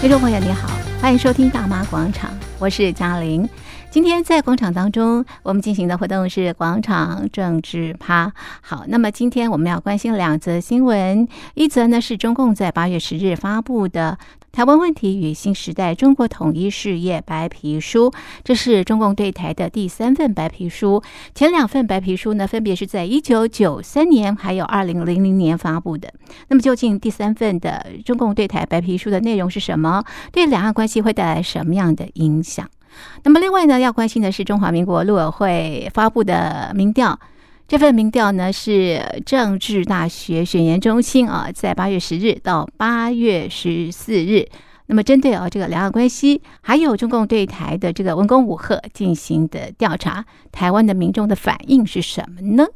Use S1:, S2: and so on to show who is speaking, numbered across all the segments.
S1: 听众朋友你好，欢迎收听《大妈广场》，我是嘉玲。今天在广场当中，我们进行的活动是广场政治趴。好，那么今天我们要关心两则新闻，一则呢是中共在八月十日发布的《台湾问题与新时代中国统一事业白皮书》，这是中共对台的第三份白皮书，前两份白皮书呢分别是在一九九三年还有二零零零年发布的。那么，究竟第三份的中共对台白皮书的内容是什么？对两岸关系会带来什么样的影响？那么，另外呢，要关心的是中华民国陆委会发布的民调。这份民调呢是政治大学选研中心啊，在八月十日到八月十四日，那么针对啊这个两岸关系，还有中共对台的这个文攻武吓进行的调查，台湾的民众的反应是什么呢？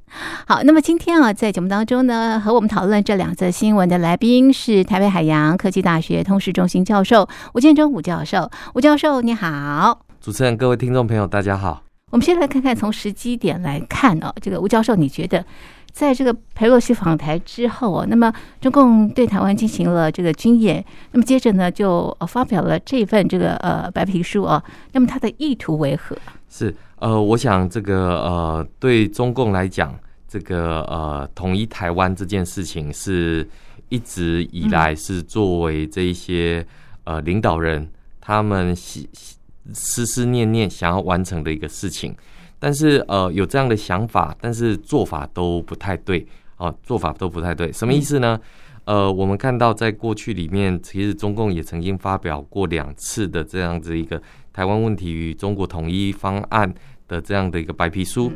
S1: 好，那么今天啊，在节目当中呢，和我们讨论这两则新闻的来宾是台北海洋科技大学通识中心教授吴建中吴教授，吴教授你好。
S2: 主持人、各位听众朋友，大家好。
S1: 我们先来看看从时机点来看哦，这个吴教授，你觉得在这个佩洛西访台之后哦，那么中共对台湾进行了这个军演，那么接着呢就呃发表了这份这个呃白皮书哦，那么它的意图为何？
S2: 是呃，我想这个呃，对中共来讲，这个呃，统一台湾这件事情是一直以来是作为这一些、呃领导人他们希希思思念念想要完成的一个事情。但是呃，有这样的想法，但是做法都不太对哦、做法都不太对。什么意思呢？呃，我们看到在过去里面，其实中共也曾经发表过两次的这样子一个台湾问题与中国统一方案的这样的一个白皮书。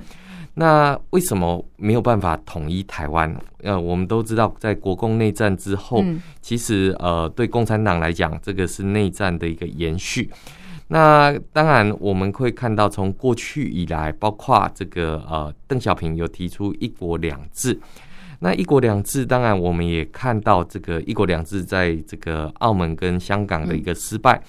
S2: 那为什么没有办法统一台湾？呃，我们都知道，在国共内战之后，
S1: 嗯
S2: 其实呃，对共产党来讲，这个是内战的一个延续。那当然，我们会看到，从过去以来，包括这个呃，邓小平有提出“一国两制”。那“一国两制”，当然我们也看到这个“一国两制”在这个澳门跟香港的一个失败。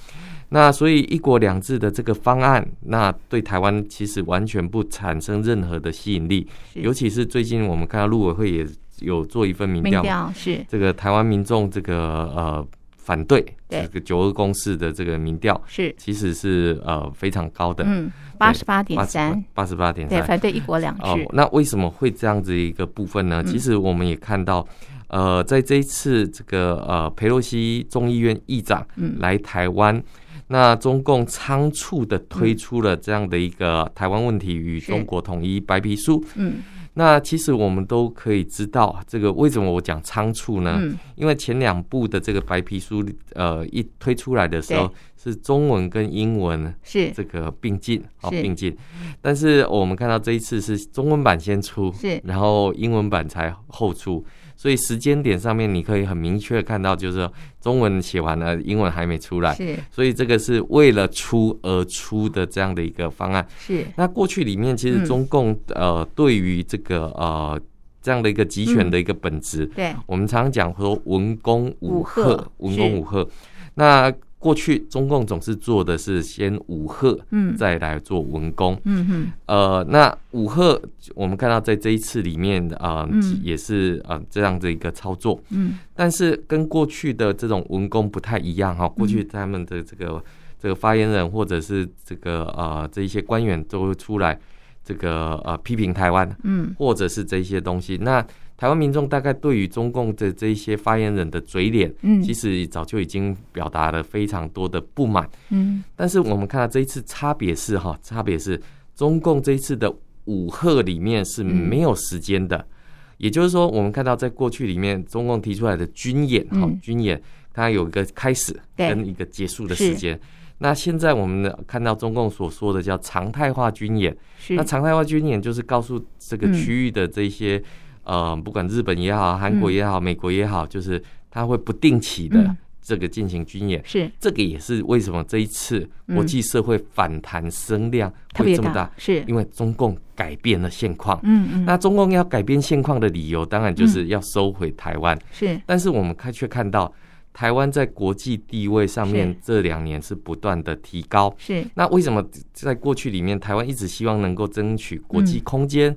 S2: 那所以“一国两制”的这个方案，那对台湾其实完全不产生任何的吸引力。
S1: 是
S2: 尤其是最近我们看到陆委会也有做一份民
S1: 民
S2: 调嘛，
S1: 调是
S2: 这个台湾民众这个呃反对
S1: 对
S2: 这个九二共识的这个民调，
S1: 是
S2: 其实是呃非常高的，
S1: 嗯八十八点三，
S2: 八十八点
S1: 对，
S2: 三。
S1: 反对一国两
S2: 哦
S1: 制，，
S2: 那为什么会这样子一个部分
S1: 嗯
S2: 呢？其实我们也看到，呃，在这一次这个呃佩洛西众议院议长
S1: 嗯
S2: 来台湾，那中共仓促的推出了这样的一个台湾问题与
S1: 是
S2: 中国统一白皮书。
S1: 嗯
S2: 那其实我们都可以知道，这个为什么我讲仓促呢？
S1: 嗯
S2: 因为前两部的这个白皮书，呃，一推出来的时候
S1: 对
S2: 是中文跟英文
S1: 是
S2: 这个并进，哦，
S1: 是
S2: 并进。但是我们看到这一次是中文版先出，
S1: 是
S2: 然后英文版才后出，所以时间点上面你可以很明确地看到，就是说中文写完了，英文还没出来，
S1: 是
S2: 所以这个是为了出而出的这样的一个方案。
S1: 是
S2: 那过去里面，其实
S1: 嗯
S2: 中共、呃对于这个呃这样的一个集权的
S1: 嗯
S2: 一个本质，
S1: 对
S2: 我们常讲说文攻武
S1: 武
S2: 吓
S1: 吓，
S2: 文攻武吓。那过去中共总是做的是先武吓，
S1: 嗯
S2: 再来做文攻。
S1: 嗯嗯
S2: 呃，那武吓我们看到在这一次里面啊、呃
S1: 嗯
S2: 也是呃这样的一个操作，
S1: 嗯
S2: 但是跟过去的这种文攻不太一样
S1: 嗯
S2: 哈、过去他们的这个、这个发言人或者是这个呃这一些官员都会出来这个呃批评台湾，
S1: 嗯
S2: 或者是这一些东西。那台湾民众大概对于中共的这一些发言人的嘴脸，
S1: 嗯
S2: 其实早就已经表达了非常多的不满。
S1: 嗯
S2: 但是我们看到这一次差别是哈，差别是中共这一次的武赫里面是没有时间的，也就是说，我们看到在过去里面，中共提出来的军演哈、
S1: 嗯
S2: 军演它有一个开始
S1: 对
S2: 跟一个结束的
S1: 是
S2: 时间。那现在我们看到中共所说的叫常态化军演，
S1: 是
S2: 那常态化军演就是告诉这个
S1: 嗯
S2: 区域的这些、呃，不管日本也好、韩国也好、美国也好，就是它会不定期的
S1: 嗯
S2: 这个进行军演。
S1: 是
S2: 这个也是为什么这一次国际社会反弹声量
S1: 嗯特
S2: 会
S1: 别
S2: 这么大，
S1: 大是
S2: 因为中共改变了现况。
S1: 嗯嗯
S2: 那中共要改变现况的理由，当然就是要收回台湾。
S1: 是
S2: 但是我们看却看到，台湾在国际地位上面
S1: 是
S2: 这两年是不断的提高。
S1: 是
S2: 那为什么在过去里面，台湾一直希望能够争取国际空间？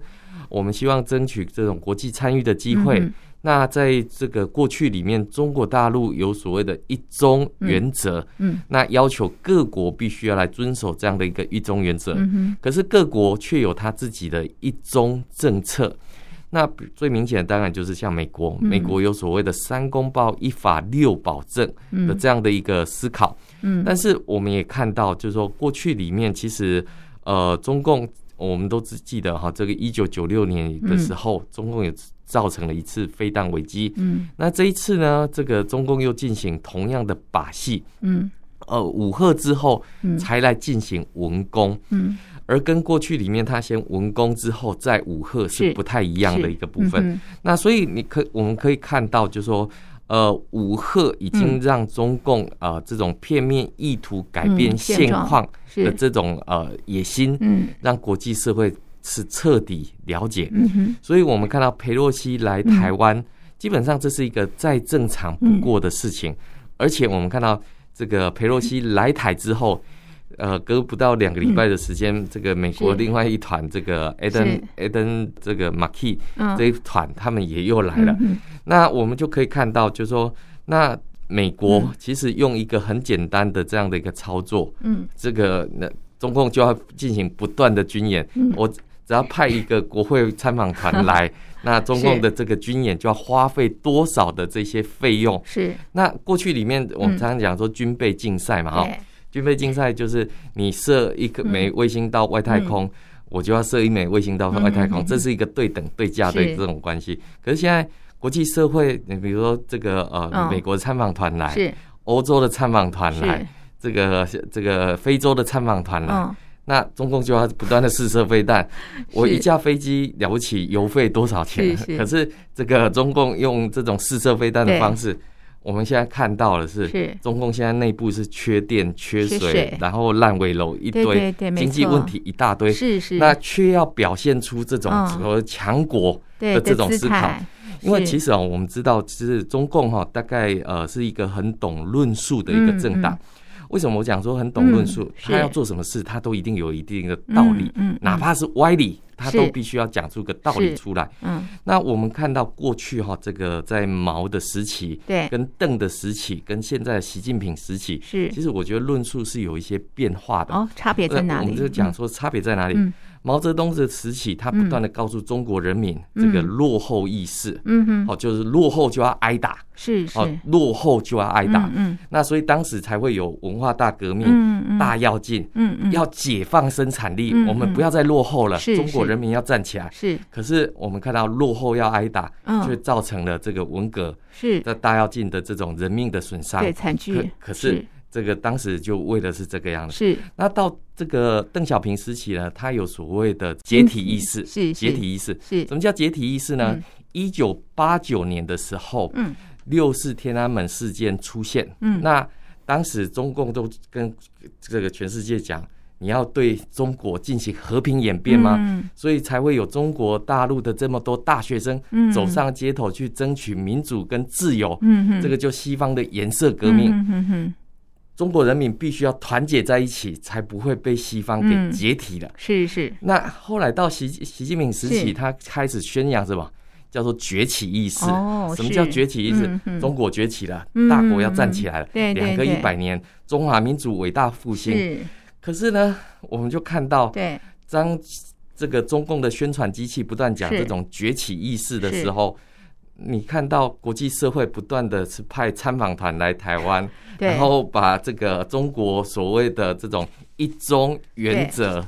S2: 我们希望争取这种国际参与的机会。
S1: 嗯
S2: 那在这个过去里面，中国大陆有所谓的一中原则，
S1: 嗯
S2: 那要求各国必须要来遵守这样的一个一中原则。
S1: 嗯哼，
S2: 可是各国却有他自己的一中政策。那比最明显的当然就是像美国，
S1: 嗯
S2: 美国有所谓的三公报、一法六保证的
S1: 嗯
S2: 这样的一个思考。
S1: 嗯
S2: 但是我们也看到，就是说过去里面其实，呃，中共我们都只记得哈，这个一九九六年的时候，中共也造成了一次飞弹危机。
S1: 嗯
S2: 那这一次呢，这个中共又进行同样的把戏，
S1: 嗯
S2: 呃，武赫之后
S1: 嗯
S2: 才来进行文攻。
S1: 嗯，
S2: 而跟过去里面他先文攻之后再武赫是
S1: 是
S2: 不太一样的一个部分。
S1: 嗯
S2: 那所以你可我们可以看到，就是说。呃，武赫已经让中共、呃这种片面意图改变
S1: 嗯现
S2: 现
S1: 状
S2: 况
S1: 哼
S2: 的
S1: 是
S2: 这种、呃野心，
S1: 嗯
S2: 让国际社会是彻底了解。
S1: 嗯哼
S2: 所以我们看到佩洛西来台湾，基本上这是一个再正常
S1: 嗯
S2: 不过的事情。而且我们看到这个佩洛西来台之后，呃，隔不到两个礼拜的时间，这个美国
S1: 嗯是
S2: 另外一团这个 Eden Eden 这个 m a k i
S1: 嗯
S2: 这一团，他们也又来了。
S1: 嗯
S2: 那我们就可以看到，就是说那。美国其实用一个很简单的这样的一个操作，
S1: 嗯
S2: 这个那中共就要进行不断的军演，
S1: 嗯
S2: 我只要派一个国会参 访团来，那中共的这个军演就要花费多少的这些费用？
S1: 是
S2: 那过去里面我们常常讲说军备竞赛嘛，哈、
S1: 嗯对
S2: 军备竞赛就是你射一
S1: 嗯
S2: 个枚卫星到外太空，我就要射一枚卫星到外太
S1: 嗯
S2: 空，
S1: 嗯嗯
S2: 这是一个对等对价对
S1: 是
S2: 这种关系。可是现在国际社会，你比如说这个呃、
S1: 嗯
S2: 美国的参访团来，
S1: 是
S2: 欧洲的参访团来
S1: 是，
S2: 这个这个非洲的参访团来，
S1: 嗯
S2: 那中共就要不断的试射飞弹。我
S1: 是
S2: 一架飞机了不起，油费多少钱？
S1: 是是
S2: 可是这个中共用这种试射飞弹的
S1: 对
S2: 方式，我们现在看到的是，
S1: 是
S2: 中共现在内部是缺电、缺水，
S1: 缺水
S2: 然后烂尾楼一堆，
S1: 对对对没
S2: 经济
S1: 错
S2: 问题一大堆。
S1: 是是
S2: 那却要表现出这种
S1: 嗯
S2: 所谓强国，
S1: 对
S2: 的这种
S1: 姿
S2: 思考
S1: 态
S2: 因为
S1: 是
S2: 其实啊，我们知道，其实中共哈、大概呃是一个很懂论述的一个政党。为什么我讲说很懂论述？
S1: 嗯是
S2: 他要做什么事，他都一定有一定的道理，
S1: 嗯嗯嗯
S2: 哪怕是歪理，他
S1: 是
S2: 都必须要讲出个道理
S1: 是
S2: 出来。
S1: 嗯
S2: 那我们看到过去哈、这个在毛的时期、
S1: 对
S2: 跟邓的时期、跟现在的习近平时期，
S1: 是
S2: 其实我觉得论述是有一些变化的。呃
S1: 哦差别在哪
S2: 我
S1: 里？
S2: 们就讲说差别在哪里。
S1: 嗯
S2: 毛泽东的时期，他不断的告诉中国人民这
S1: 嗯
S2: 个落后意识，
S1: 嗯哼
S2: 哦，就是落后就要挨打，
S1: 是是
S2: 哦，落后就要挨打。
S1: 嗯
S2: 那所以当时才会有文化大革命、
S1: 嗯嗯
S2: 大跃进，
S1: 嗯嗯
S2: 要解放生产力，
S1: 嗯
S2: 我们不要再落后了，
S1: 是
S2: 中国
S1: 是
S2: 人民要站起来。
S1: 是
S2: 可是我们看到落后要挨打，
S1: 嗯
S2: 就造成了这个文革
S1: 是
S2: 在大跃进的这种人命的损伤。
S1: 对惨
S2: 可
S1: 剧
S2: 可是这个当时就为的是这个样子。
S1: 是
S2: 那到这个邓小平时期呢，他有所谓的解体意识，
S1: 嗯是是
S2: 解体意识。
S1: 是
S2: 什么叫解体意识呢？一九八九年的时候，
S1: 嗯，
S2: 六四天安门事件出现，
S1: 嗯
S2: 那当时中共都跟这个全世界讲，你要对中国进行和平演变吗？
S1: 嗯
S2: 所以才会有中国大陆的这么多大学生
S1: 嗯
S2: 走上街头去争取民主跟自由，
S1: 嗯哼
S2: 这个就西方的颜色革命。
S1: 嗯哼哼
S2: 中国人民必须要团结在一起，才不会被西方
S1: 嗯
S2: 给解体了。
S1: 是是
S2: 那后来到习习近平时
S1: 是
S2: 期，他开始宣扬什么？叫做崛起意识。
S1: 哦
S2: 什么
S1: 是
S2: 叫崛起意识？
S1: 嗯嗯
S2: 中国崛起了，
S1: 嗯
S2: 大国要站起来了。
S1: 对对
S2: 两个
S1: 对
S2: 一百年，中华民族伟大复兴。
S1: 是
S2: 可是呢，我们就看到
S1: 对
S2: 当这个中共的宣传机器不断讲
S1: 是
S2: 这种崛起意识的时候，你看到国际社会不断的是派参访团来台湾，
S1: 对
S2: 然后把这个中国所谓的这种一中原则，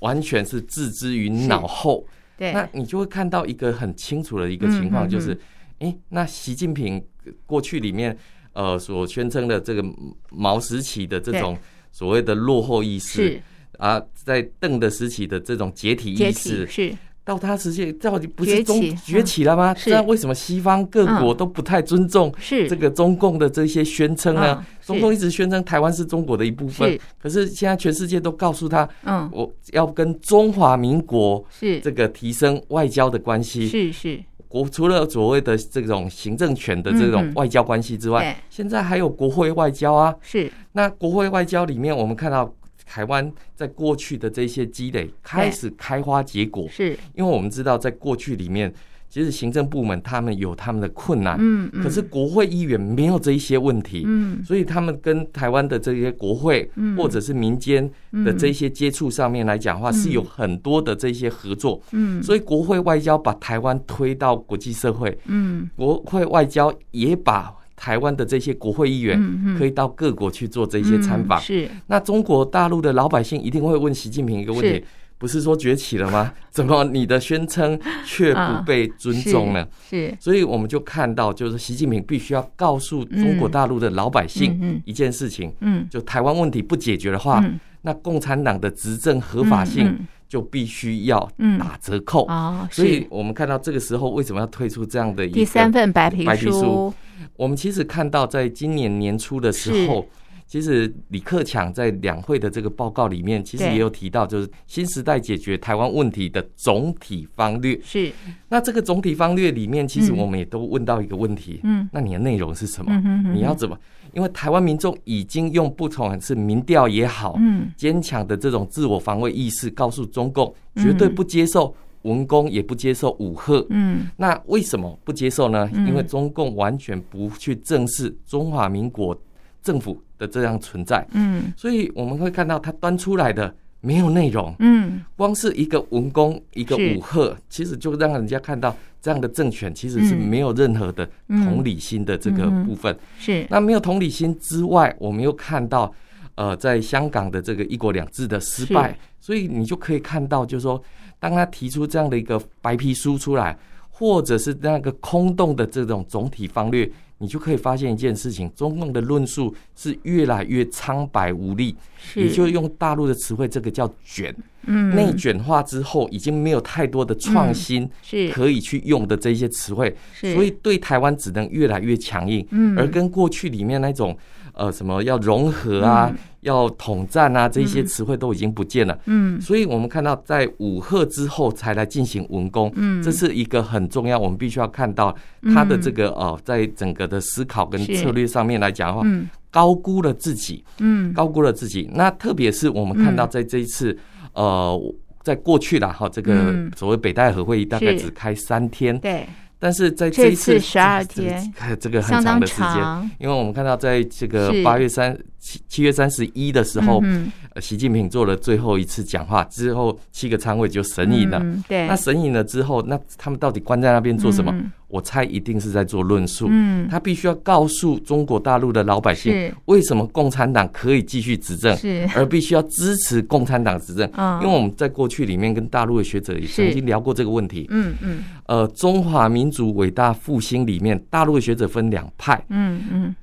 S2: 完全是置之于脑后。
S1: 对
S2: 那你就会看到一个很清楚的一个
S1: 嗯
S2: 情况，
S1: 嗯
S2: 就是，诶，那习近平过去里面呃所宣称的这个毛时期的这种所谓的落后意识，
S1: 是
S2: 啊，在邓的时期的这种解体
S1: 解
S2: 意
S1: 体
S2: 识，
S1: 是
S2: 到他时期到底不
S1: 崛
S2: 是
S1: 起
S2: 中
S1: 嗯
S2: 崛起了吗？
S1: 是
S2: 那为什么西方各国
S1: 嗯
S2: 都不太尊重
S1: 是
S2: 这个中共的这些宣称呢
S1: 嗯？是
S2: 中共一直宣称台湾是中国的一部分
S1: 是，
S2: 可是现在全世界都告诉他，
S1: 嗯
S2: 我要跟中华民国
S1: 是
S2: 这个提升外交的关系。
S1: 是是
S2: 国除了所谓的这种行政权的这
S1: 嗯嗯
S2: 种外交关系之外
S1: 对，
S2: 现在还有国会外交啊。
S1: 是
S2: 那国会外交里面，我们看到台湾在过去的这些积累开始开花结果，
S1: 是
S2: 因为我们知道在过去里面，其实行政部门他们有他们的困难，
S1: 嗯，嗯
S2: 可是国会议员没有这一些问题，
S1: 嗯
S2: 所以他们跟台湾的这些国会、
S1: 嗯
S2: 或者是民间的这些接触上面来讲的话，
S1: 嗯
S2: 是有很多的这些合作。
S1: 嗯
S2: 所以国会外交把台湾推到国际社会，
S1: 嗯
S2: 国会外交也把台湾的这些国会议员
S1: 嗯，
S2: 可
S1: 以
S2: 以到各国去做这些参访。
S1: 是
S2: 那中国大陆的老百姓一定会问习近平一个问
S1: 是
S2: 题：不是说崛起了吗？怎么你的宣称却不被尊重呢？
S1: 啊是
S2: 所以我们就看到，就是习近平必须要告诉中国大陆的老百姓
S1: 嗯嗯嗯
S2: 一件事情：
S1: 嗯
S2: 就台湾问题不解决的话，
S1: 嗯
S2: 那共产党的执政合法性
S1: 嗯
S2: 就必须要
S1: 嗯
S2: 打折扣。
S1: 哦，
S2: 所以
S1: 是
S2: 我们看到这个时候为什么要推出这样的一个
S1: 第三份白皮
S2: 白皮书我们其实看到，在今年年初的时候，其实李克强在两会的这个报告里面，其实
S1: 对
S2: 也有提到，就是新时代解决台湾问题的总体方略。
S1: 是
S2: 那这个总体方略里面，其实
S1: 嗯
S2: 我们也都问到一个问题：
S1: 嗯
S2: 那你的内容是什么？
S1: 嗯哼嗯哼
S2: 你要怎么？因为台湾民众已经用不同是民调也好，
S1: 嗯
S2: 坚强的这种自我防卫意识，告诉中共绝对不接受文攻，也不接受武赫。
S1: 嗯
S2: 那为什么不接受呢？
S1: 嗯
S2: 因为中共完全不去正视中华民国政府的这样存在，
S1: 嗯
S2: 所以我们会看到他端出来的没有内容，
S1: 嗯
S2: 光是一个文攻一个
S1: 是
S2: 武赫，其实就让人家看到这样的政权其实是
S1: 嗯
S2: 没有任何的
S1: 嗯
S2: 同理心的这个
S1: 嗯哼
S2: 部分。
S1: 是
S2: 那没有同理心之外，我们又看到，呃，在香港的这个“一国两制”的失败，所以你就可以看到，就是说，当他提出这样的一个白皮书出来，或者是那个空洞的这种总体方略，你就可以发现一件事情：中共的论述是越来越苍白无力，
S1: 是
S2: 也就用大陆的词汇，这个叫“卷”。
S1: 嗯
S2: 内卷化之后，已经没有太多的创新
S1: 嗯是
S2: 可以去用的这些词汇，
S1: 是
S2: 所以对台湾只能越来越强硬。
S1: 嗯
S2: 而跟过去里面那种呃什么要融合啊、要统战啊这些词汇都已经不见了。
S1: 嗯
S2: 所以我们看到，在武赫之后才来进行文攻，
S1: 嗯
S2: 这是一个很重要，我们必须要看到他的这个
S1: 嗯
S2: 呃，在整个的思考跟
S1: 是
S2: 策略上面来讲的话，
S1: 嗯
S2: 高估了自己，
S1: 嗯
S2: 高估了自己。那特别是我们看到在这一次，呃，在过去啦哈，这个
S1: 嗯
S2: 所谓北戴河会议大概
S1: 是
S2: 只开三天，
S1: 对
S2: 但是在这一
S1: 这
S2: 次
S1: 次12
S2: 这个
S1: 天，
S2: 这个这个很
S1: 相
S2: 长
S1: 当
S2: 的时间。
S1: 长
S2: 因为我们看到，在这个
S1: 是
S2: 八月三七七月三十一的时候，
S1: 嗯
S2: 呃习近平做了最后一次讲话之后，七个常委就
S1: 哼
S2: 神隐了。
S1: 嗯对
S2: 那神隐了之后，那他们到底关在那边做什么？
S1: 嗯
S2: 我猜一定是在做论述。
S1: 嗯
S2: 他必须要告诉中国大陆的老百姓
S1: 是，
S2: 为什么共产党可以继续执政，
S1: 是
S2: 而必须要支持共产党执政。
S1: 嗯
S2: 因为我们在过去里面跟大陆的学者也
S1: 是
S2: 曾经聊过这个问题。
S1: 嗯嗯
S2: 呃，中华民族伟大复兴里面，大陆的学者分两派。
S1: 嗯嗯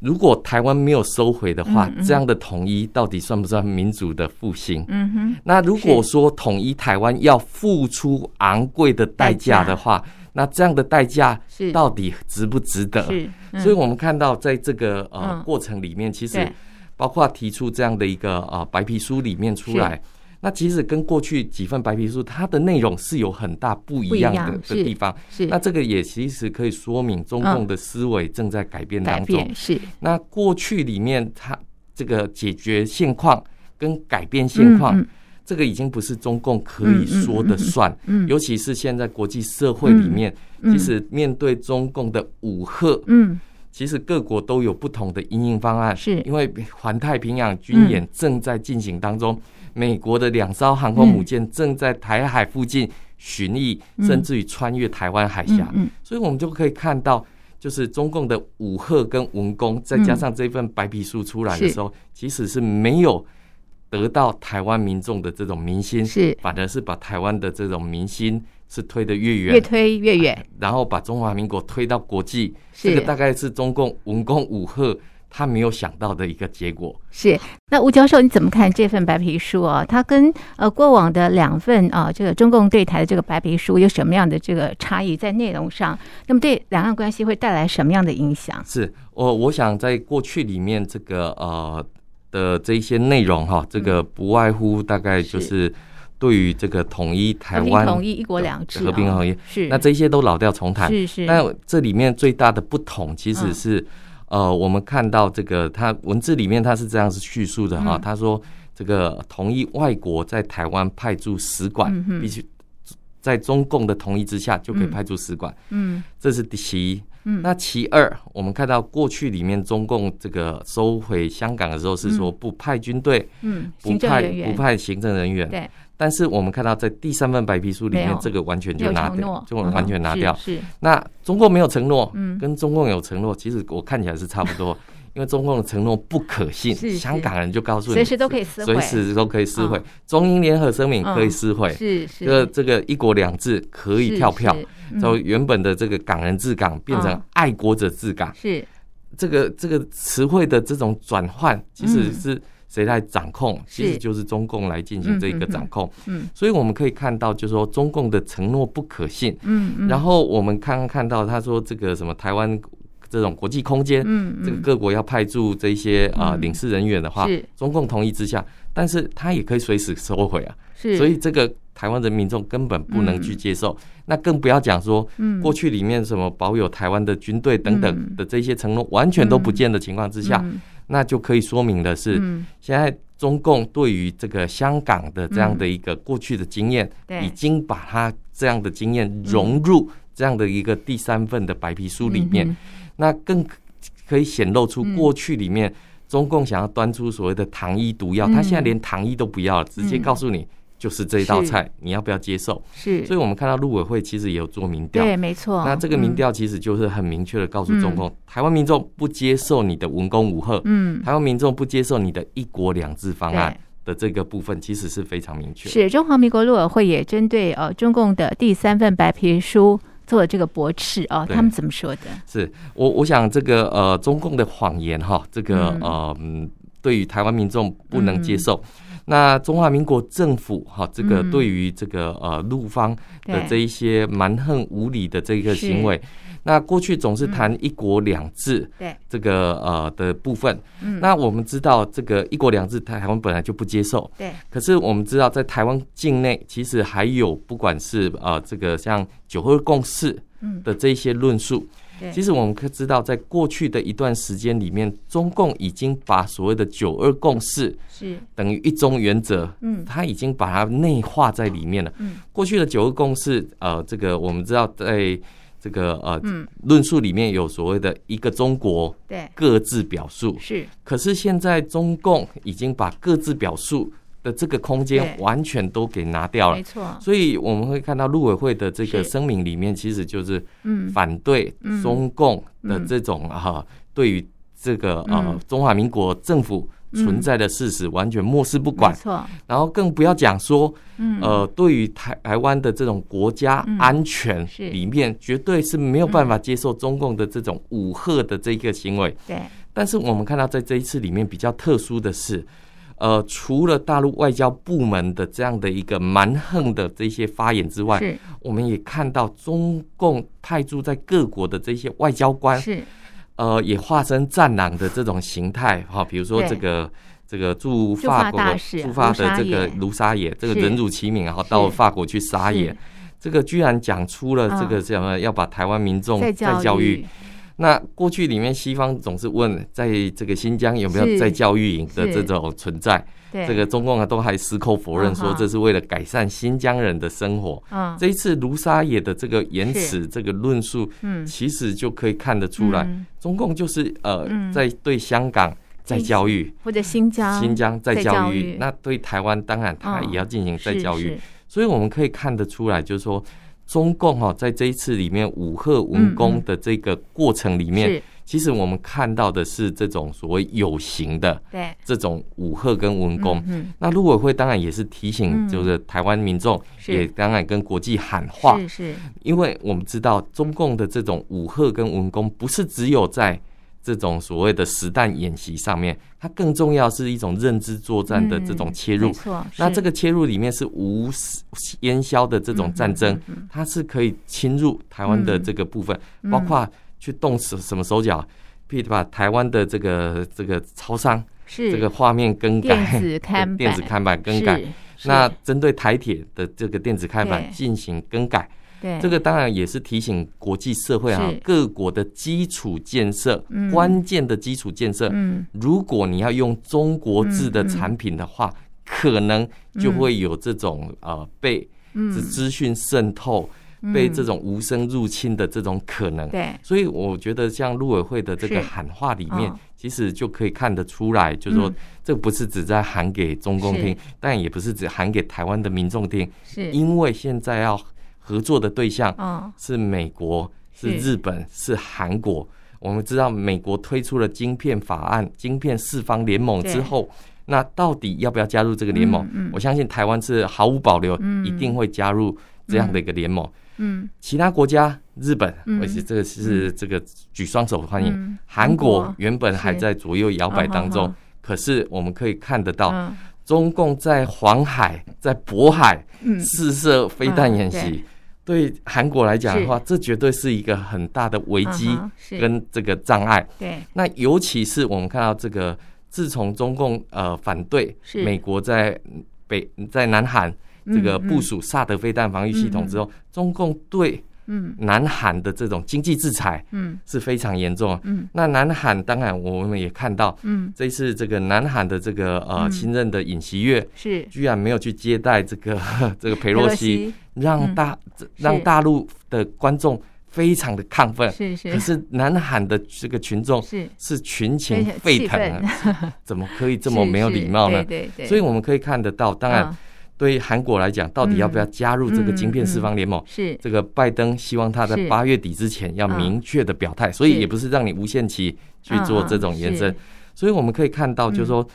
S2: 如果台湾没有收回的话，
S1: 嗯嗯
S2: 这样的统一到底算不算民主的复兴？
S1: 嗯哼
S2: 那如果说统一台湾要付出昂贵的代价的话，那这样的代价
S1: 是
S2: 到底值不值得？
S1: 是，嗯
S2: 所以我们看到，在这个呃、
S1: 嗯
S2: 过程里面，其实
S1: 对
S2: 包括提出这样的一个呃白皮书里面出来，那其实跟过去几份白皮书它的内容是有很大不一
S1: 不一
S2: 样
S1: 样
S2: 的
S1: 是
S2: 的地方。
S1: 是
S2: 那这个也其实可以说明中
S1: 嗯
S2: 共的思维正在改变
S1: 改
S2: 当中。
S1: 变是
S2: 那过去里面它这个解决现况跟改变现况，
S1: 嗯嗯
S2: 这个已经不是中共可以说的算。
S1: 嗯
S2: 尤其是现在国际社会里面，
S1: 嗯嗯
S2: 其实面对中共的武赫，
S1: 嗯
S2: 其实各国都有不同的因应方案。
S1: 是嗯
S2: 因为环太平洋军演正在进行当中，美国的两艘航空母舰正在台海附近巡弋，
S1: 嗯
S2: 甚至于穿越台湾海峡。
S1: 嗯嗯
S2: 所以我们就可以看到，就是中共的武赫跟文攻，再加上这份白皮书出来的时候，其实是没有得到台湾民众的这种民心，
S1: 嗯是
S2: 反而是把台湾的这种民心是推得越远，
S1: 越推越远
S2: 然后把中华民国推到国际，
S1: 是
S2: 这个大概是中共文攻武赫他没有想到的一个结果。
S1: 是。那吴教授，你怎么看这份白皮书啊？它跟呃过往的两份啊、这个中共对台的这个白皮书有什么样的这个差异？在内容上，那么对两岸关系会带来什么样的影响？
S2: 是我我想在过去里面这个呃的这一些内容哈，这
S1: 嗯
S2: 个不外乎大概就是对于这个统一台
S1: 和平
S2: 湾
S1: 统一、一国两制、啊，
S2: 和平统一，
S1: 是
S2: 那这些都老调重弹。
S1: 是嗯是
S2: 那这里面最大的不同其实是，呃，我们看到这个他文字里面他是这样子叙述的
S1: 嗯
S2: 哈，
S1: 嗯
S2: 他说这个同意外国在台湾派驻使馆，必须在中共的同意之下就可以派驻使馆，
S1: 嗯
S2: 这是其一。
S1: 嗯
S2: 那其二，我们看到过去里面中共这个收回香港的时候是说不派军队、
S1: 嗯，
S2: 不
S1: 行政
S2: 派
S1: 人员
S2: 不派行政人员，
S1: 对，
S2: 但是我们看到在第三份白皮书里
S1: 没
S2: 面
S1: 有，
S2: 这个完全就
S1: 有
S2: 拿
S1: 承
S2: 掉
S1: 诺，，
S2: 就完全
S1: 嗯
S2: 拿掉。
S1: 是是
S2: 那中共没有承诺，
S1: 嗯
S2: 跟中共有承诺，其实我看起来是差不 多，因为中共的承诺不可信，
S1: 是是
S2: 香港人就告诉你，
S1: 随时都可以撕毁，
S2: 随时都可以撕毁
S1: 嗯，
S2: 中英联合声明可以撕毁，
S1: 是是
S2: 这个这个一国两制可以跳票，，
S1: 是
S2: 从
S1: 是
S2: 原本的这个港人治港变成
S1: 嗯
S2: 爱国者治港
S1: 嗯，是
S2: 这个这个词汇的这种转换，其实
S1: 嗯
S2: 是谁来掌控？其
S1: 是
S2: 实就是中共来进行这一个掌控。
S1: 嗯
S2: 所以我们可以看到，就是说中共的承诺不可信。
S1: 嗯嗯，
S2: 然后我们刚刚看到他说这个什么台湾这种国际空间，
S1: 嗯
S2: 这个
S1: 嗯
S2: 各国要派驻这一些啊、呃
S1: 嗯
S2: 领事人员的话
S1: 是，
S2: 中共同意之下，但是他也可以随时收回啊。
S1: 是，
S2: 所以这个台湾的民众根本不能去接受，那更不要讲说
S1: 嗯
S2: 过去里面什么保有台湾的军队等
S1: 嗯
S2: 等的这些承诺完全都不见的情况之下，
S1: 嗯
S2: 那就可以说明的是，
S1: 嗯
S2: 现在中共对于这个香港的这样的一个过去的经验，
S1: 对
S2: 已经把它这样的经验融入这样的一个第三份的白皮书里面，
S1: 嗯
S2: 那更可以显露出
S1: 嗯
S2: 过去里面中共想要端出所谓的糖衣毒药，
S1: 嗯
S2: 他现在连糖衣都不要了，直接告诉你就是这一道
S1: 是
S2: 菜，你要不要接受？
S1: 是，
S2: 所以我们看到陆委会其实也有做民调。
S1: 对，没错。
S2: 那这个民
S1: 嗯，
S2: 调其实就是很明确的告诉中共，台湾民众不接受你的文攻武赫，
S1: 嗯，
S2: 台湾民众不接受你的一国两制方案
S1: 对。
S2: 的这个部分，其实是非常明确。
S1: 是中华民国陆委会也针对呃中共的第三份白皮书做了这个驳斥哦，
S2: 对
S1: 他们怎么说的？
S2: 是我我想这个呃，中共的谎言哈，这个
S1: 嗯
S2: 呃，嗯对于台湾民众不能接受。那中华民国政府哈，这个
S1: 嗯
S2: 对于这个呃陆方的
S1: 对
S2: 这一些蛮横无理的这个行为，那过去总
S1: 嗯
S2: 是谈一国两制
S1: 对，
S2: 这个呃的部分。
S1: 嗯
S2: 那我们知道这个一国两制，台湾本来就不接受，
S1: 对，
S2: 可是我们知道，在台湾境内，其实还有不管是呃这个像九二共识
S1: 嗯
S2: 的这一些论述
S1: 对，
S2: 其实我们可以知道，在过去的一段时间里面，中共已经把所谓的九二共识
S1: 是，
S2: 等于一中原则，
S1: 嗯
S2: 它已经把它内化在里面了。
S1: 嗯
S2: 过去的九二共识，呃，这个我们知道，在这个呃
S1: 嗯，
S2: 论述里面有所谓的一个中国
S1: 对，
S2: 各自表述，
S1: 是，
S2: 可是现在中共已经把各自表述的这个空间
S1: 对
S2: 完全都给拿掉了
S1: 没，错，
S2: 所以我们会看到陆委会的这个
S1: 是
S2: 声明里面，其实就是
S1: 嗯，
S2: 反对
S1: 嗯
S2: 中共的这种啊，对于这个呃
S1: 嗯
S2: 中华民国政府存在的事实完全漠视不
S1: 没
S2: 管，
S1: 错，
S2: 然后更不要讲说
S1: 嗯，
S2: 呃对于台台湾的这种国家
S1: 嗯
S2: 安全
S1: 是嗯
S2: 里面，绝对是没有办法接受中共的这种武吓的这个行为。
S1: 对，
S2: 但是我们看到在这一次里面比较特殊的是，呃，除了大陆外交部门的这样的一个蛮横的这些发言之外，
S1: 是
S2: 我们也看到中共派驻在各国的这些外交官，
S1: 是，
S2: 呃，也化身战狼的这种形态哈、比如说
S1: 对
S2: 这个。这个驻
S1: 驻
S2: 法
S1: 法
S2: 国
S1: 大
S2: 的
S1: 使啊
S2: 驻法
S1: 卢
S2: 的
S1: 沙
S2: 这
S1: 野
S2: 个卢沙野，这个
S1: 是
S2: 人辱其名，然后到
S1: 是
S2: 法国去撒野
S1: 是，
S2: 这个居然讲出了这
S1: 嗯
S2: 个什么要把台湾民众
S1: 在
S2: 再教育
S1: 育，
S2: 那过去里面，西方总是问，在这个新疆有没
S1: 是
S2: 有在教育营的
S1: 是
S2: 这种存在？
S1: 对，
S2: 这个中共啊都还矢口否认，
S1: 嗯
S2: 说
S1: 哼
S2: 这是为了改善新疆人的生活。
S1: 嗯
S2: 这一次卢沙野的这个言辞、这个论述，
S1: 嗯，
S2: 其实就可以看得出来，
S1: 嗯
S2: 中共就是呃
S1: 嗯
S2: 在对香港在教育，
S1: 或者新疆
S2: 新疆在
S1: 在
S2: 教
S1: 教
S2: 育
S1: 育，
S2: 那对台湾当然他
S1: 嗯
S2: 也要进行再
S1: 是
S2: 教育。
S1: 是
S2: 所以我们可以看得出来，就是说中共哈、在这一次里面武赫
S1: 嗯
S2: 文攻的这个过程里面。
S1: 是，
S2: 其实我们看到的是这种所谓有形的
S1: 对，
S2: 这种武赫跟文攻。
S1: 嗯，
S2: 那陆委会当然也是提
S1: 嗯
S2: 醒，就是台湾民众
S1: 是
S2: 也当然跟国际喊话，
S1: 嗯是是，
S2: 因为我们知道中共的这种武赫跟文攻不是只有在这种所谓的实弹演习上面，它更重要是一种认知作战的这
S1: 嗯
S2: 种切入。
S1: 没错，
S2: 那
S1: 是
S2: 这个切入里面是无烟消的这
S1: 嗯
S2: 种战争，它是可以侵入台湾的这个部分，
S1: 嗯
S2: 包括去动手什么手脚，譬如把台湾的这个这个超商
S1: 是
S2: 这个画面更
S1: 电
S2: 改，
S1: 子看板，
S2: 电子看板更改。
S1: 是，
S2: 那
S1: 是
S2: 针对台铁的这个电子看板
S1: 对
S2: 进行更改，
S1: 对
S2: 这个当然也是提醒国际社会啊
S1: 是，
S2: 各国的基础建设
S1: 嗯，
S2: 关键的基础建设，
S1: 嗯
S2: 如果你要用中国制的
S1: 嗯嗯
S2: 产品的话，可能就会有这种呃被
S1: 嗯
S2: 这资讯渗透被这种无声入侵的这种可能。
S1: 对，
S2: 所以我觉得，像陆委会的这个
S1: 是
S2: 喊话里面
S1: 哦，
S2: 其实就可以看得出来，就是说
S1: 嗯
S2: 这不是只在喊给中共
S1: 是
S2: 听，但也不是只喊给台湾的民众听，
S1: 是，
S2: 因为现在要合作的对象
S1: 哦，
S2: 是美国、是
S1: 是
S2: 日本、是韩国。我们知道，美国推出了晶片法案、晶片四方联盟之
S1: 对
S2: 后，那到底要不要加入这个联盟？
S1: 嗯嗯
S2: 我相信台湾是毫无保留，
S1: 嗯
S2: 一定会加入这样的一个联盟。
S1: 嗯，
S2: 其他国家，日本，
S1: 嗯
S2: 而且这个是这个举双手欢迎。
S1: 嗯
S2: 韩
S1: 韩
S2: 国
S1: 国
S2: 原本还
S1: 是
S2: 在左右摇摆当
S1: 嗯
S2: 中
S1: 哼，
S2: 可是我们可以看得到，
S1: 嗯
S2: 中共在黄海、在渤海
S1: 嗯，
S2: 试射飞弹演
S1: 嗯
S2: 习，对韩国来讲的话，这绝对是一个很大的危机
S1: 嗯哼是
S2: 跟这个障碍。
S1: 对，
S2: 那尤其是我们看到这个，自从中共呃反对
S1: 是
S2: 美国在北在南韩这个
S1: 嗯嗯
S2: 部署萨德飞弹防御系统之后，中共对
S1: 嗯
S2: 南韩的这种经济制裁
S1: 嗯
S2: 是非常严重的。
S1: 嗯
S2: 那南韩当然我们也看到，
S1: 嗯，
S2: 这次这个南韩的这个呃
S1: 嗯
S2: 新任的尹锡悦。
S1: 是
S2: 居然没有去接待这个 这个
S1: 佩
S2: 佩洛西，，
S1: 嗯
S2: 让大、这让大陆的观众非常的亢奋，
S1: 是是
S2: 可是南韩的这个群众
S1: 是，
S2: 是群
S1: 非
S2: 情
S1: 常
S2: 沸
S1: 气
S2: 腾
S1: 愤
S2: 啊， 怎么可以这么没有
S1: 是
S2: 礼貌呢？
S1: 对对对，
S2: 所以我们可以看得到，当然
S1: 嗯
S2: 对于韩国来讲，到底要不要加入这个晶片四方联盟？
S1: 是
S2: 这个拜登希望他在
S1: 嗯是
S2: 八月底之前要
S1: 嗯
S2: 明确的表态，所以
S1: 是
S2: 也不是让你无限期去做这种延伸
S1: 嗯。
S2: 所以我们可以看到，就是说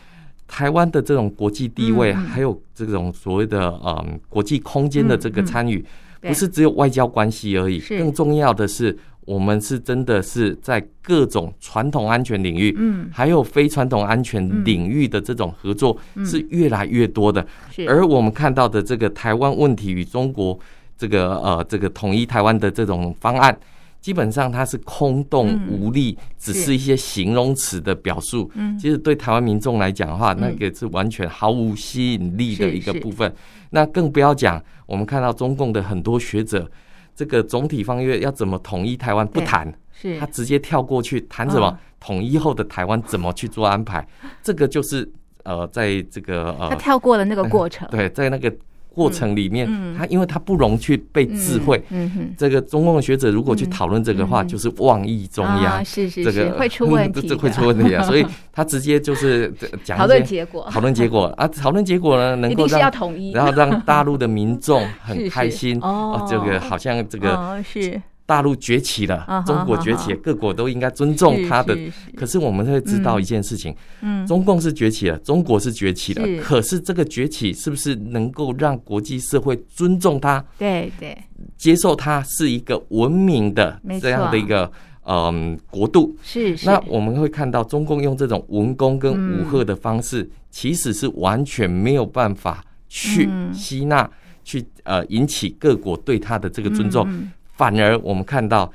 S2: 台湾的这种国际地位，
S1: 嗯嗯
S2: 还有这种所谓的嗯国际空间的这个
S1: 嗯嗯
S2: 参与，
S1: 对
S2: 不是只有外交关系而已，
S1: 是
S2: 更重要的是，我们是真的是在各种传统安全领域，
S1: 嗯
S2: 还有非传统安全领域的这种合作
S1: 嗯
S2: 是越来越多的。
S1: 是
S2: 而我们看到的这个台湾问题与中国这个呃这个统一台湾的这种方案，基本上它是空洞
S1: 嗯
S2: 无力，只
S1: 是
S2: 是一些形容词的表述。
S1: 嗯
S2: 其实对台湾民众来讲的话，
S1: 嗯
S2: 那个是完全毫无吸引力的
S1: 是
S2: 一个
S1: 是
S2: 部分。那更不要讲，我们看到中共的很多学者，这个总体方略要怎么统一台湾不
S1: 对
S2: 谈，
S1: 是
S2: 他直接跳过去谈什么、
S1: 嗯
S2: 统一后的台湾怎么去做安排，这个就是呃，在这个
S1: 他
S2: 呃，
S1: 跳过了那个过程，
S2: 对，在那个过程里面，
S1: 嗯嗯
S2: 他因为他不容去被
S1: 嗯
S2: 智慧。
S1: 嗯哼。
S2: 这个中共的学者如果去
S1: 嗯
S2: 讨论这个话，
S1: 嗯
S2: 就是妄议中央
S1: 啊，，是是
S2: 这
S1: 是
S2: 个，
S1: 会 出问
S2: 这
S1: 题，
S2: 这会出问题啊！所以他直接就是呃讲一
S1: 讨论
S2: 些
S1: 结果
S2: 讨论结果啊，讨论结果呢，能
S1: 一
S2: 够
S1: 定是要
S2: 让
S1: 统一，
S2: 然后让大陆的民众
S1: 是
S2: 很
S1: 是
S2: 开心啊
S1: 哦
S2: 这个好像这个
S1: 哦是
S2: 大陆崛起了
S1: 啊哈，
S2: 中国崛起了，各国都应该尊重
S1: 是
S2: 他的。
S1: 是是
S2: 可是我们会知道一件事情，
S1: 嗯
S2: 中共是崛起了，中国是崛起了，
S1: 是
S2: 可是这个崛起是不是能够让国际社会尊重它、
S1: 对对
S2: 接受它是一个文明的
S1: 没错
S2: 这样的一个嗯国度？
S1: 是是
S2: 那我们会看到，中共用这种文攻跟武赫的方式，其实是完全没有办法去
S1: 嗯
S2: 吸纳、去呃引起各国对他的这个尊重。
S1: 嗯
S2: 反而我们看到，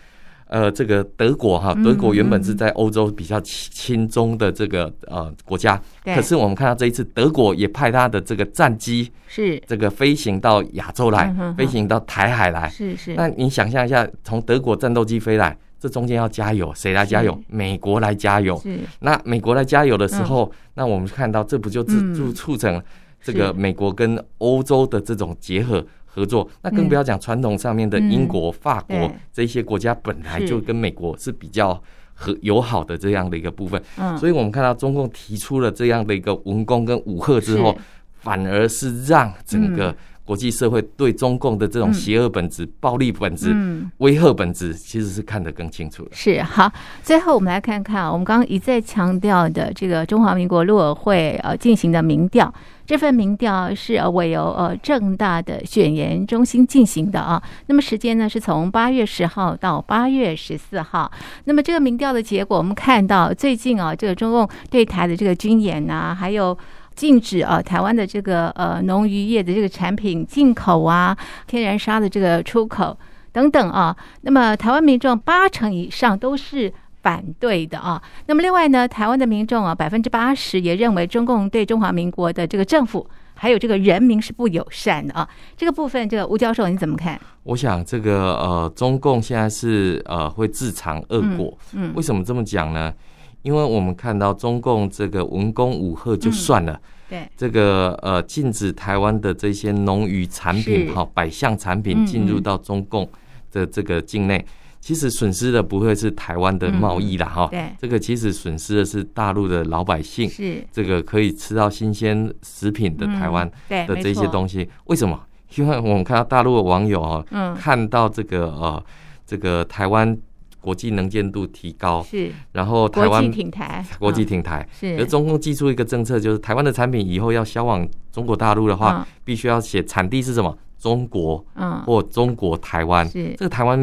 S2: 呃，这个德国哈，
S1: 嗯
S2: 德国原本是在欧洲比较亲亲中的这个呃国家，
S1: 嗯对
S2: 可是我们看到这一次德国也派他的这个战机，
S1: 是
S2: 这个飞行到亚洲来
S1: 嗯哼，哼
S2: 飞行到台海来。
S1: 是是
S2: 哎那你想象一下，从德国战斗机飞来，这中间要加油，谁来加油
S1: 是？
S2: 美国来加油。
S1: 是
S2: 那美国来加油的时候，那我们看到这不就
S1: 嗯
S2: 自助促成这个
S1: 是
S2: 美国跟欧洲的这种结合合作？那更不要讲传统上面的英国、法国
S1: 嗯对
S2: 这些国家本来
S1: 是
S2: 就跟美国是比较和友好的这样的一个部分，
S1: 嗯
S2: 所以我们看到中共提出了这样的一个文攻跟武赫之后
S1: 是，
S2: 反而是让整个
S1: 嗯
S2: 国际社会对中共的这种
S1: 嗯
S2: 邪恶本质、暴力本质、
S1: 嗯。
S2: 威吓本质，其实是看得更清楚了。
S1: 是好，最后我们来看看啊，我们刚刚一再强调的这个中华民国陆委会呃进行的民调，这份民调是呃委由呃正大的选研中心进行的啊。那么时间呢是从八月十号到八月十四号。那么这个民调的结果，我们看到最近啊，这个中共对台的这个军演啊，还有。禁止啊，台湾的这个呃农渔业的这个产品进口啊，天然砂的这个出口等等啊，那么台湾民众八成以上都是反对的啊。那么另外呢，台湾的民众啊，百分之八十也认为中共对中华民国的这个政府还有这个人民是不友善的啊。这个部分，这个吴教授你怎么看？
S2: 我想这个呃，中共现在是呃会自偿恶果。
S1: 嗯
S2: 为，什么这么讲呢？因为我们看到中共这个文攻武赫就算了，
S1: 嗯对，
S2: 这个呃禁止台湾的这些农渔产
S1: 是
S2: 品哈、百项产
S1: 嗯
S2: 品
S1: 嗯
S2: 进入到中共的这个境内，其实损失的不会是台湾的贸易啦哈、
S1: 嗯对
S2: 这个其实损失的是大陆的老百姓，
S1: 是嗯
S2: 这个可以吃到新鲜食品的台湾
S1: 对
S2: 的这些
S1: 西，
S2: 东西，为什么？因为我们看到大陆的网友哦，
S1: 嗯，
S2: 看到这个呃，这个台湾国际能见度提高，
S1: 是
S2: 然后台
S1: 国际
S2: 湾
S1: 挺台，
S2: 国际
S1: 嗯
S2: 挺台，而
S1: 是
S2: 中共寄出一个政策，就是台湾的产品以后要销往中国大陆的话，，必须要写产地是什么，中国
S1: 嗯，嗯
S2: 或中国台湾。
S1: 是
S2: 这个台湾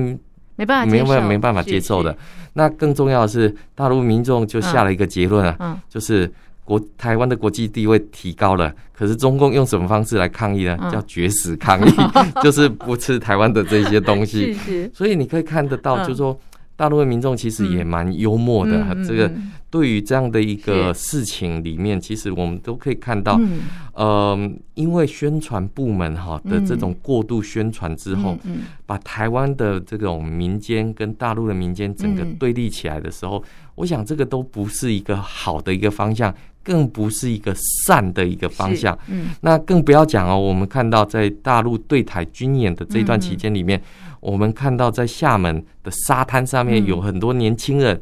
S1: 没办法
S2: 没
S1: 接受，
S2: 有没办法接
S1: 是
S2: 受的，
S1: 是。
S2: 那更重要的是，大陆民众就下了一个结论啊，
S1: 嗯
S2: 就是国台湾的国际地位提高了，可是中共用什么方式来抗议呢？
S1: 嗯
S2: 叫绝食抗议， 就是不吃台湾的这些东
S1: 是
S2: 西。
S1: 是
S2: 所以你可以看得到，
S1: 嗯
S2: 就是说大陆的民众其实也蛮幽默的。
S1: 嗯嗯
S2: 这个
S1: 嗯
S2: 对于这样的一个事情里面，其实我们都可以看到，
S1: 嗯
S2: 呃，因为宣传部门哈的这种过度宣传之后，
S1: 嗯嗯
S2: 把台湾的这种民间跟大陆的民间整
S1: 嗯
S2: 个对立起来的时候，我想这个都不是一个好的一个方向，更不是一个善的一个方向。，
S1: 是嗯
S2: 那更不要讲哦，我们看到在大陆对台军演的这一段期间里面，我们看到在厦门的沙滩上面
S1: 嗯
S2: 有很多年轻人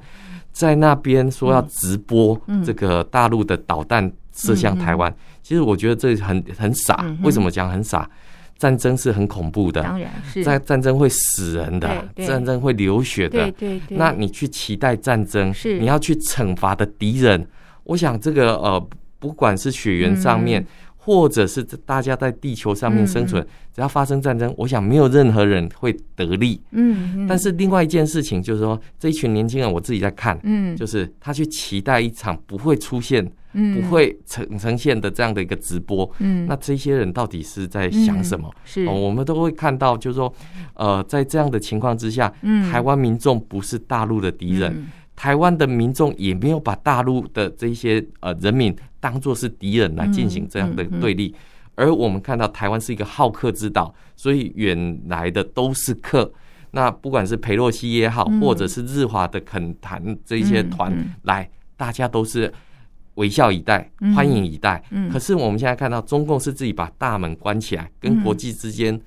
S2: 在那边说要直播
S1: 嗯
S2: 这个大陆的导弹射向台湾。其实我觉得这很很傻
S1: 嗯，哼
S2: 为什么讲很傻？战争是很恐怖的，
S1: 当然是
S2: 在战争会死人的，
S1: 对对
S2: 战争会流血
S1: 对
S2: 的。
S1: 对对，
S2: 那你去期待战争，
S1: 是
S2: 你要去惩罚的敌人，我想这个呃，不管是血缘上面，
S1: 嗯
S2: 或者是大家在地球上面生存，只要发生战争，我想没有任何人会得利。
S1: 嗯，嗯
S2: 但是另外一件事情就是说，这一群年轻人，我自己在看。
S1: 嗯
S2: 就是他去期待一场不会出现、
S1: 嗯
S2: 不会呈呈现的这样的一个直播，
S1: 嗯
S2: 那这些人到底是在想什么？
S1: 是
S2: 哦，我们都会看到，就是说，呃，在这样的情况之下，
S1: 嗯
S2: 台湾民众不是大陆的敌人，
S1: 嗯
S2: 台湾的民众也没有把大陆的这些呃人民当作是敌人来进行这样的
S1: 嗯嗯嗯
S2: 对立。而我们看到台湾是一个好客之岛，所以远来的都是客。那不管是裴洛西也好，
S1: 嗯
S2: 或者是日华的恳谈这些团、
S1: 嗯嗯
S2: 来，大家都是微笑以待，
S1: 嗯
S2: 欢迎以待。
S1: 嗯
S2: 可是我们现在看到，中共是自己把大门关起来，跟
S1: 嗯
S2: 国际之间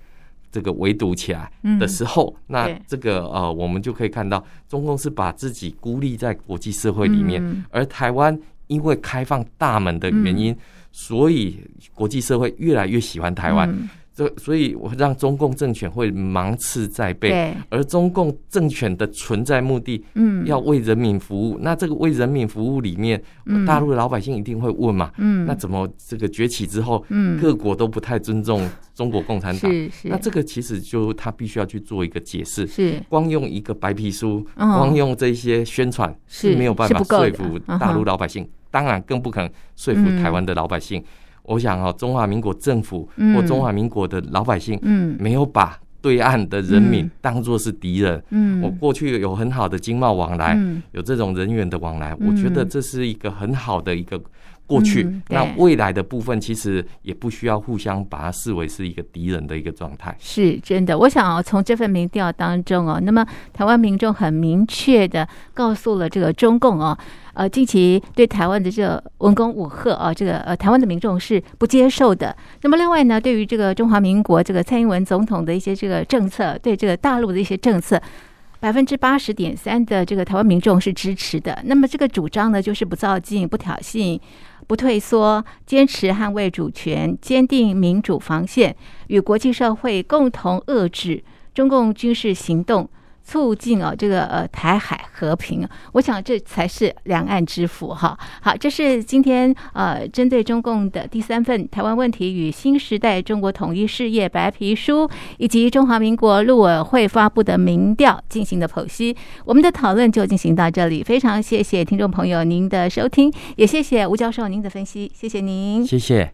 S2: 这个围堵起来
S1: 嗯
S2: 的时候，那
S1: 对
S2: 这个呃，我们就可以看到，中共是把自己孤立在国际社会里面，
S1: 嗯
S2: 而台湾因为开放大门的原因，所以国际社会越来越喜欢台湾，
S1: 嗯
S2: 这、所以我让中共政权会芒刺在背。
S1: 对
S2: 而中共政权的存在目的
S1: 嗯
S2: 要为人民服务，那这个为人民服务里面，
S1: 嗯
S2: 大陆的老百姓一定会问嘛，
S1: 嗯
S2: 那怎么这个崛起之后，
S1: 嗯
S2: 各国都不太尊重中国共产党？
S1: 是是
S2: 那这个其实就他必须要去做一个解释。
S1: 是
S2: 光用一个白皮书，
S1: 嗯
S2: 光用这些宣传
S1: 是
S2: 是没有办法
S1: 是不够
S2: 说
S1: 的
S2: 服
S1: 嗯哼
S2: 大陆老百姓，当然更不可能说服台湾的老百姓。我想哦，中华民国政府
S1: 嗯
S2: 或中华民国的老百姓
S1: 嗯
S2: 没有把对岸的人民
S1: 嗯
S2: 当作是敌人。
S1: 嗯
S2: 我过去有很好的经贸往来，
S1: 嗯
S2: 有这种人员的往来，
S1: 嗯
S2: 我觉得这是一个很好的一个过去。
S1: 嗯对
S2: 那未来的部分，其实也不需要互相把它视为是一个敌人的一个状态。
S1: 是真的，我想哦，从这份民调当中哦，那么台湾民众很明确的告诉了这个中共哦，呃，近期对台湾的这个文攻武赫啊，这个呃台湾的民众是不接受的。那么另外呢，对于这个中华民国这个蔡英文总统的一些这个政策，对这个大陆的一些政策。百分之八十点三的这个台湾民众是支持的，那么这个主张呢，就是不造进、不挑衅、不退缩，坚持捍卫主权，坚定民主防线，与国际社会共同遏制中共军事行动，促进哦这个呃台海和平。啊我想这才是两岸之福哈。好，这是今天呃针对中共的第三份《台湾问题与新时代中国统一事业白皮书》以及中华民国陆委会发布的民调进行的剖析。我们的讨论就进行到这里，非常谢谢听众朋友您的收听，也谢谢吴教授您的分析，谢谢您。
S2: 谢谢。